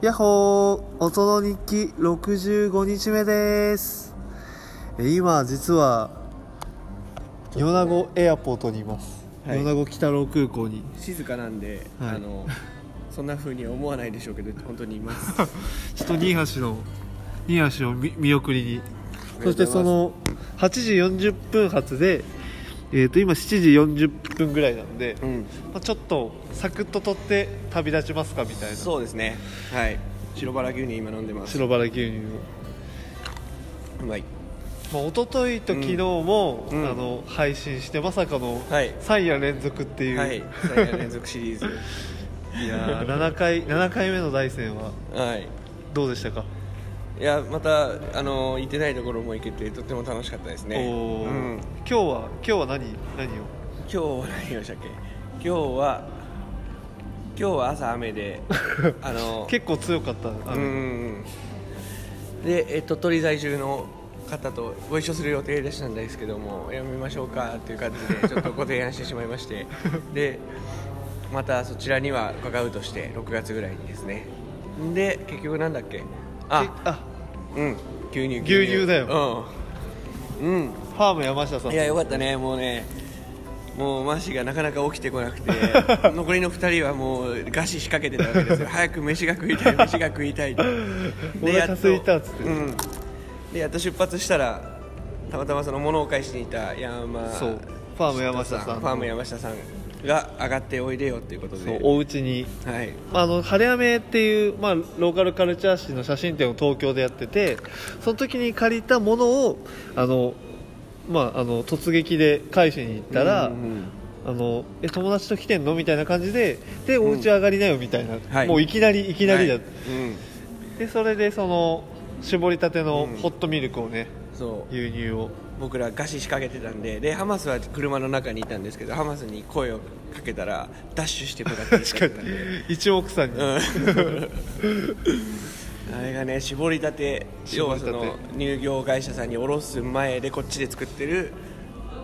やっほー音の日記65日目ですえ今実は米子エアポートにいます、はい米子北郎空港に静かなんで、はいあのそんな風には思わないでしょうけど本当にいます ちょっと新橋の新橋を見見送りにそありがとうございますしてその8時40分発で、えー、と今7時40分ぐらいなので、うんまあ、ちょっとサクッと取って旅立ちますかみたいなそうですねはい白バラ牛乳今飲んでます白バラ牛乳を、うまいまあ、一昨日と昨日も、うんうんあの配信してまさかのはい3夜連続っていう、はい3夜連続 シリーズいやー7回7回目の大戦ははいどうでしたかいやまたあの行ってないところも行けてとっても楽しかったですね、おーうん、今日は今日は何何を今日は何をしたっけ今日は今日は朝 雨であの結構強かったあうのんで、えっと、鳥取在住の方とご一緒する予定でしたんですけどもやめましょうかという感じでちょっとご提案してしまいまして でまたそちらには伺うとして6月ぐらいにですねで結局なんだっけけああうん牛乳牛乳だようん、うんファーム山下さんいやよかったねもうねもうマシがなかなか起きてこな くて残りの2人はもう餓死しかけてたわけ ですよ早く飯が食いたい飯が食いたいとお腹空いたっつってうん、でやっと出発したらたまたまその物を返しにいた山そうファーム山下さんファーム山下さんが上がっておいでよということそうでお家にはいまああの晴れ雨っていう、まあ、ローカルカルチャー誌の写真展を東京でやっててその時に借りたものをあの、まあ、あの突撃で返しに行ったら、うんうんあのえ友達と来てんのみたいな感じででお家上がりなよみたいな、はいもういきなりいきなりだ、はいうんでそれでその絞りたてのうんホットミルクをね、そう牛乳を 僕ら餓死しかけてたんででハマスは車の中にいたんですけどハマスに声をかけたらダッシュしてこなくなっ確ちゃかっにたんで一目散に、うんあれがね絞りたて要はそ絞りのた乳業会社さんに卸す前でこっちで作ってる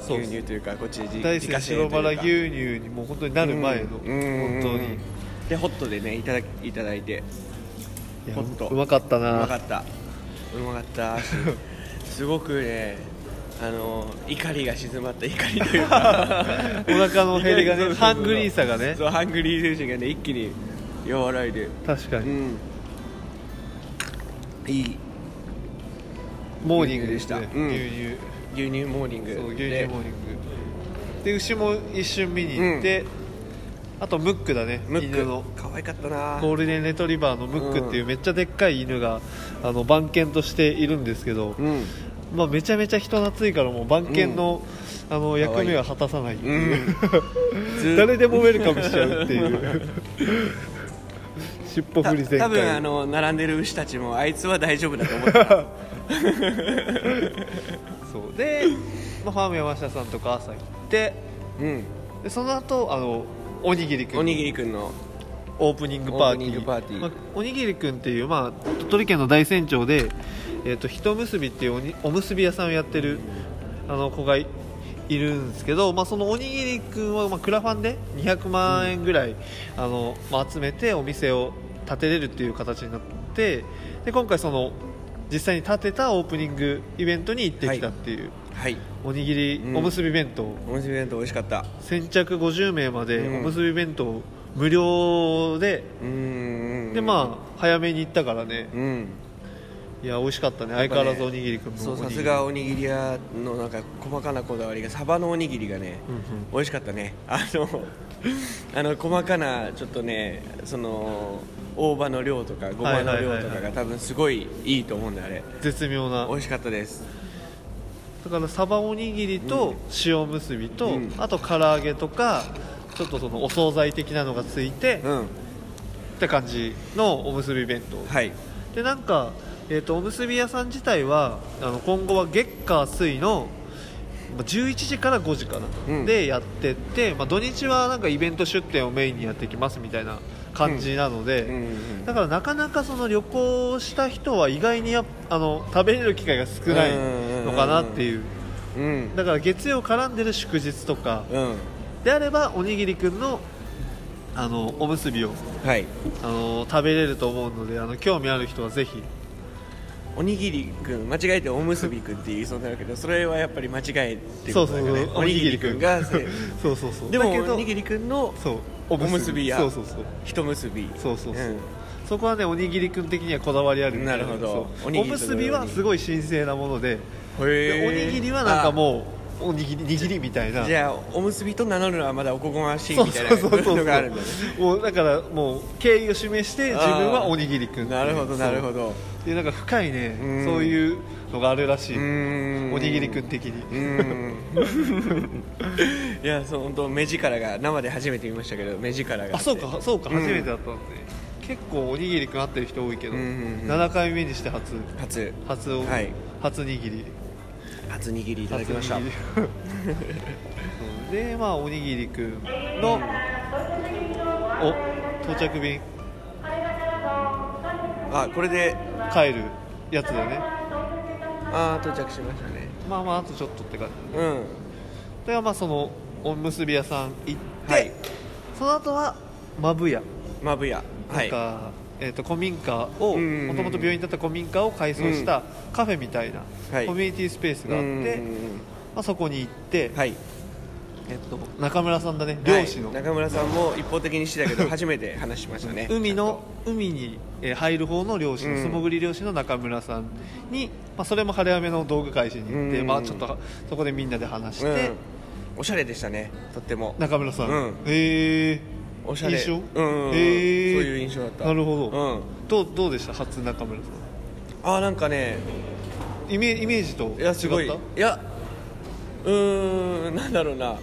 そう牛乳というかこっちで自大自好家き製とい白うかバラ牛乳にもう本当になる前の、うんうん本当に、でホットでねいただきいただいていやほんとうまかったうなまかったうまか ったしすごくねあの怒りが静 まった怒りというかお腹の減りがね そうそうそうハングリーさがねそうハングリー精神がね一気に和らいで確かうに、んいいモーニングでした、牛乳でしたうん牛乳牛乳モーニングそう牛乳モーでニングで牛も一瞬見に行って、あとムックだねムック犬の可愛かったなゴールデンレトリバーのムックっていううめっちゃでっかい犬があの番犬としているんですけど、うんまあ、めちゃめちゃ人懐いからもう番犬の,、あの役目は果たさないっていう、ず っ誰でもウェルカムしちゃうっていう 尻尾た振り全開多分あの並んでる牛たちもあいつは大丈夫だと思 ったそうで、まあ、ファーム山下さんとか朝行ってうんでその後あのおにぎりくんおにぎりくんのオープニングパーティオープニンーグパーティーまあおにぎりくんっていう、まあ、鳥取県の大山町で、えー、とひとむすびっていうおにおむすび屋さんをやってるあの子がいいるんですけど、まあ、そのおにぎりくんは、まあ、クラファンで200万円ぐらい、あのまあ、集めてお店を建てれるっていう形になってで今回その実際に建てたオープニングイベントに行ってきたっていう、はいおにぎり、うんおむすび弁当、おむすび弁当美味しかった先着50名までうんおむすび弁当無料で、うーんでまあ早めに行ったからねあうんいや美味しかったねやっ相ぱ変ねわらずおにぎりくんもそうおにさぎりすがおにぎり屋のなんか細かなこだわりがサバのおにぎりがね、うんうん美味しかったねあの あの細かなちょっとねその大葉の量とかごまの量とはいはいはかいはが多分すごいいいと思うんであれ絶妙な美味しかったですだからサバおにぎりと塩むすびと、うんあと唐揚げとかちょっとそのお惣菜的なのがついて、うっんて感じのおむすび弁当はいでなんか、えー、とおむすび屋さん自体はあの今後は月火水のまあ11時から5時かな、うんでやってって、まあ、土日はなんかイベント出店をメインにやってきますみたいな感じなので、うんうんだからなかなかその旅行した人は意外にやっあの食べれる機会が少ないのかなっていううんだから月曜絡んでる祝日とかうんであればおにぎりくんのあのおむすびをはいあの食べれると思うのであの興味ある人はぜひおにぎりくん間違えておむすびくんって言いそうになるけどそれはやっぱり間違えってそこうとそだうよねそうおにぎりくん がそうそうそうでもだけどおにぎりくんのそうおむすびやそうそうそう一結びそうそうそう、んそこはねおにぎりくん的にはこだわりあるみたいなるほどそうおおにぎりむすびはすごい神聖なものででおへーにぎりはなんかもうおにぎり握りみたいなあじゃあおむすびと名乗るのはまだおこごましいそうみたいそうそなうそうのがあるんだねもうだからもう敬意を示して自分はおにぎりくんっていうなるほどなるほそどうでなんか深いねうんそういうのがあるらしいおおにぎりくん的にうーん いやそう本当目力が生で初めて見ましたけど目力があってあそうかそうかうん初めてだったんで、結構おにぎりくん合ってる人多いけど、うんうんうん7回目にして初初初お、はい初にぎり初にぎりいただきました初にぎり そうでまあおにぎりくんの、お到着便あこれで帰るやつだよねあー到着しましたねまあまああとちょっとって感じうんではまあそのおむすび屋さん行って、はいその後はマブ屋まぶやはなんいか、えー、と古民家をうんうんうんもともと病院だった古民家を改装したカフェみたいな、はいコミュニティスペースがあっうて、んまあ、そこに行って、はいえっと中村さんだね漁師の、はい中村さんも一方的にしてたけど初めて話しましたね海の海にえー入る方の漁師のうん素潜り漁師の中村さんに、まあ、それも晴れ雨の道具会社に行って、うんまあ、ちょっとそこでみんなで話しちゃんとて、うんおしゃれでしたねとっても中村さん、うんへえおしゃれ印象、うんうんうんへーそういう印象だったなるほど、うんどうどうでした初中村さんあーなんかねイメイメージと違ったいやすごいいやうーんなんだろうな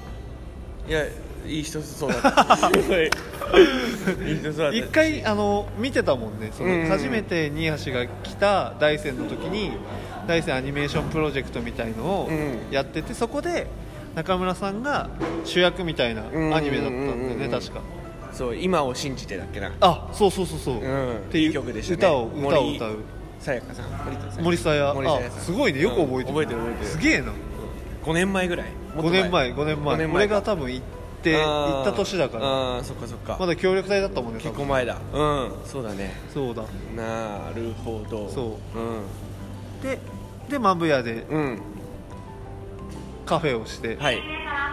いやいい人そう だったすごいいい人そうだった一回あの見てたもんねそうんうのん初めて新橋が来た大山の時に大山アニメーションプロジェクトみたいのをうんやっててそこで中村さんが主役みたいなアニメだったんうんうんうんでねうん確かそう今を信じてだっけなあそうそうそうそう、うんっていう曲でしたね歌を歌を森歌うさやかさん森田さん森さや森さやあさんすごいねよく覚えてる、うん覚えてる覚えてるすげえな5年前ぐらい5年前5年前5年前か俺が多分行って行った年だからあーあーそっかそっかまだ協力隊だったもんね多結分構前だうんそうだねそうだなるほどそうででマブヤでうんうんカフェをして、はい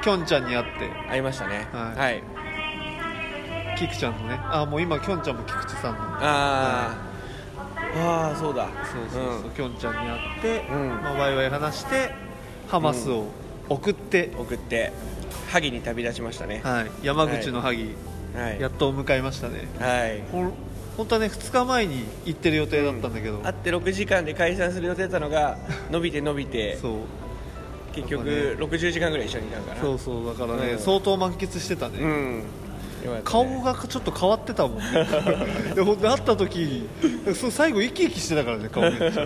きょんちゃんに会って会いましたねはいはいキクちゃんのねあもう今きょんちゃんも菊池さんのあーあーそうだそうそうそう、んきょんちゃんに会って、うんまあ、ワイワイ話してハマスを送って、送って萩に旅立ちましたねははい、山口の萩、いやっとお迎えましたねはいほん本当はね2日前に行ってる予定だったんだけど、あって6時間で解散する予定だったのが伸びて伸びてそう結や局60時間ぐらい一緒にいたからそうそうだからね、うん相当満喫してたね、うんよかったね顔がちょっと変わってたもんねいやほんで会った時そう最後生き生きしてたからね 顔めっちゃ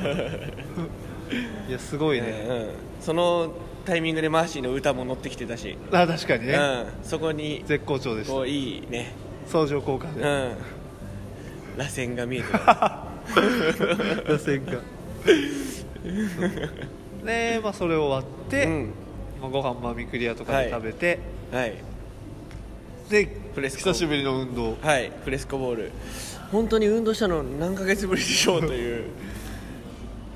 いやすごいね、 うんそのタイミングでマーシーの歌も乗ってきてたしあ確かにね、うんそこに絶好調でしこたういいね相乗効果でうん螺旋が見えてた打 線がで、まあ、それ終わって、うんまあ、ご飯マミクリアとかで食べて、はいでフレスコ久しぶりの運動はいフレスコボール本当に運動したの何ヶ月ぶりでしょうと いう、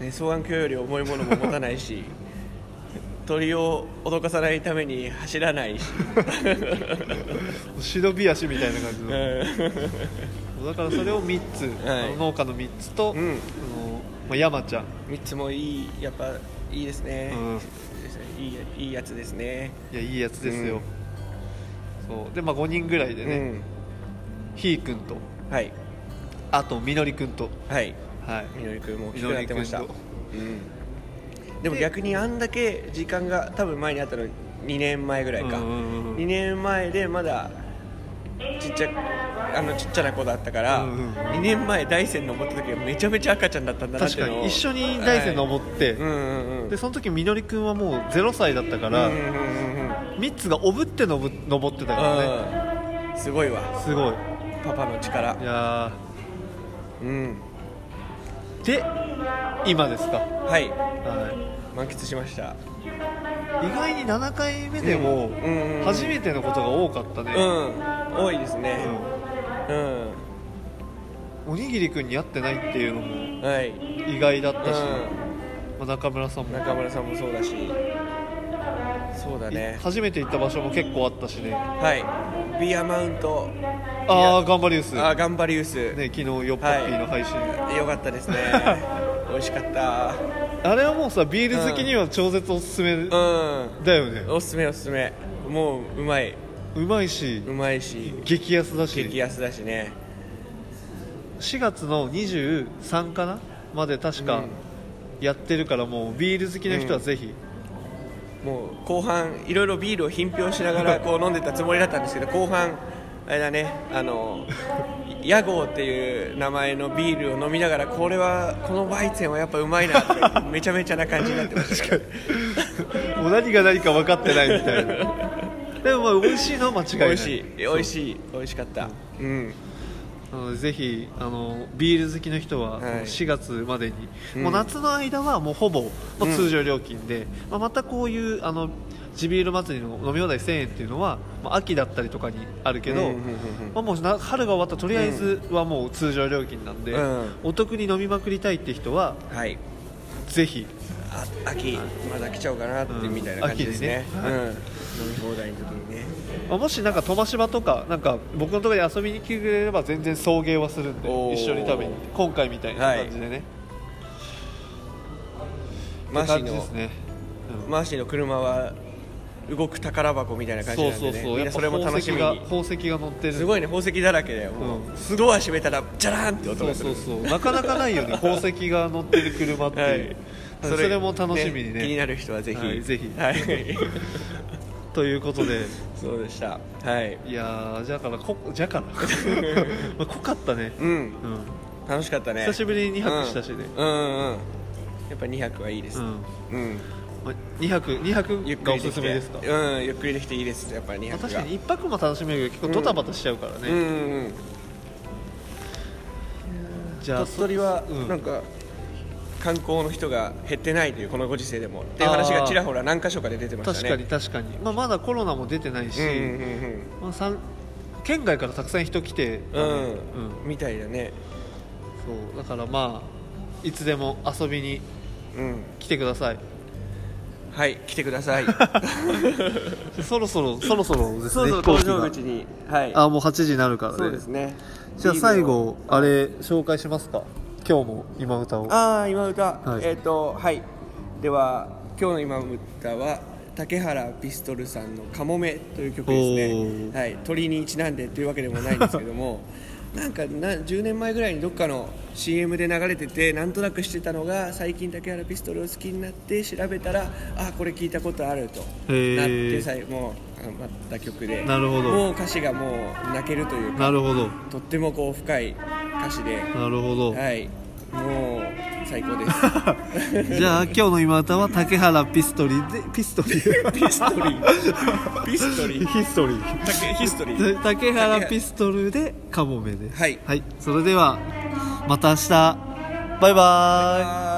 ね、双眼鏡より重いものも持たない し鳥を脅かさないために走 らないし、忍び足みたいな感じうの、んだからそれを3つ、はいあの農家の3つと、うんあのまあ、山ちゃん、 3つもいいやっぱいいですね、うんいいいいやつですねいやいいやつですよ、そうで、まあ、5人ぐらいでね、ひーくんとうんはいあとみのりくんとはいはいみのりくんも大きくなってました、みうのりん、でも逆にあんだけ時間が多分前にあったの2年前ぐらいか、うんうんうんうん2年前でまだちっちゃあのちっちゃな子だったから、うんうんうん2年前大山登った時はめちゃめちゃ赤ちゃんだったんだなっ確ていうかのをに一緒に大山登って、はいうんうんうんでその時みのりくんはもう0歳だったから、うんうんうんミッツがおぶってのぶ登ってたからねうんすごいわすごいパパの力いやうんーで今ですか、はいは満喫しましたい、意外に7回目でもうんうんうん初めてのことが多かったね、うん多いですね、うんうおにぎりくんに会ってないっていうのもんはい、意外だったし、うまあ中村さんん、も、中村さんもそうだしそうだね初めて行った場所も結構あったしねはいビアマウントああ頑張りウス、あね、ガンバリウス、昨日ヨッパッピーの配信、よかった ですね美味しかったあれはもうさビール好きには超絶おすすめうだよねんおすすめおすすめもううまいうまいしうまいし激安だし激安だしね4月の23かなまで確うかんやってるからもうビール好きな人はぜひ、 もう後半いろいろビールを品評しなが らこう飲んでたつもりだったんですけど後半あれだねあの屋号っていう名前のビールを飲みながらこれはこのワイツェンはやっぱうまいなって めちゃめちゃな感じになってましたけどもう何が何か分かってないみたい なでもまあ美味しいのは間違い美ない味しい美味しい美味しかったうんなのでぜひあのビール好きの人は、はい4月までに、うんもう夏の間はもうほぼ、もううん通常料金で、まあ、またこういうあの地ビール祭りの飲み放題1000円っていうのは、まあ、秋だったりとかにあるけど、うんうんうんうんまあ、もうな春が終わったらとりあえずはもう通常料金なんで、うんお得に飲みまくりたいって人ははいぜひあ秋まだ来ちゃうかなってうんみたいな感じですね秋にうねん飲み放題の時にねまあもしなんか苫島とかなんか僕のところに遊びに来てくれれば全然送迎はするんでおー一緒に食べに行って今回みたいな感じでね、マーってシー感じのですね、うんマーシーの車は動く宝箱みたいな感じそうなんそでうねそうみんやなっぱそれも楽宝し石みがに宝石が乗ってるすごいね宝石だらけだよもうう、すドア閉めたらジャラーンって音そうがすそるうそうなかなかないよ ね宝石が乗ってる車ってはいう、いそれも楽しみにね気になる人はぜひ、はいぜひはいということ でそうでしたはいいやーじゃあからこじゃ あからまあ濃かったね、うんうん楽しかったね久しぶりに2うん泊したしね、うんうんうんやっぱ2泊はいいでうすんうんまあ、2泊2泊ゆっくがおりですきすてめですか、うんゆっくりできていいですやっぱり2まあ泊が確かに1泊も楽しめるけど結構ドタバタしちゃうからね、うんうんうんじゃあ鳥取はそうんなんか観光の人が減ってないというこのご時世でもっていう話がちらほら何箇所かで出てました確ねかに確かに、まあ、まだコロナも出てないし、うんうんまあ、さん県外からたくさん人来て、うんうん、うんうんみたいだねそうだからまあいつでも遊びにうん来てくださいはい来てください そろそろそろそろですねそうそ飛う行搭機が乗口にはいあもう8時になるからねそうですねじゃあ最後あれ紹介しますか今日も今歌をああ今歌、はいえっ、とはいでは今日の今歌は竹原ピストルさんの「かもめ」という曲ですおねー、はい、鳥にちなんでというわけでもないんですけども なんかな10年前ぐらいにどっかの CM で流れててなんとなくしてたのが最近竹原ピストルを好きになって調べたらあこれ聞いたことあるとへーなってさいもうあまった曲でなるほどもう歌詞がもう泣けるというかなるほどとってもこう深い歌詞でなるほど、はい、もう最高です。じゃあ今日の今歌は竹原ピストリでピストリ ピストリー、ピストリー、ヒストリー竹ヒストリでー。竹原ピストルでカモメですはいはい、それではまた明日バイバーイはーい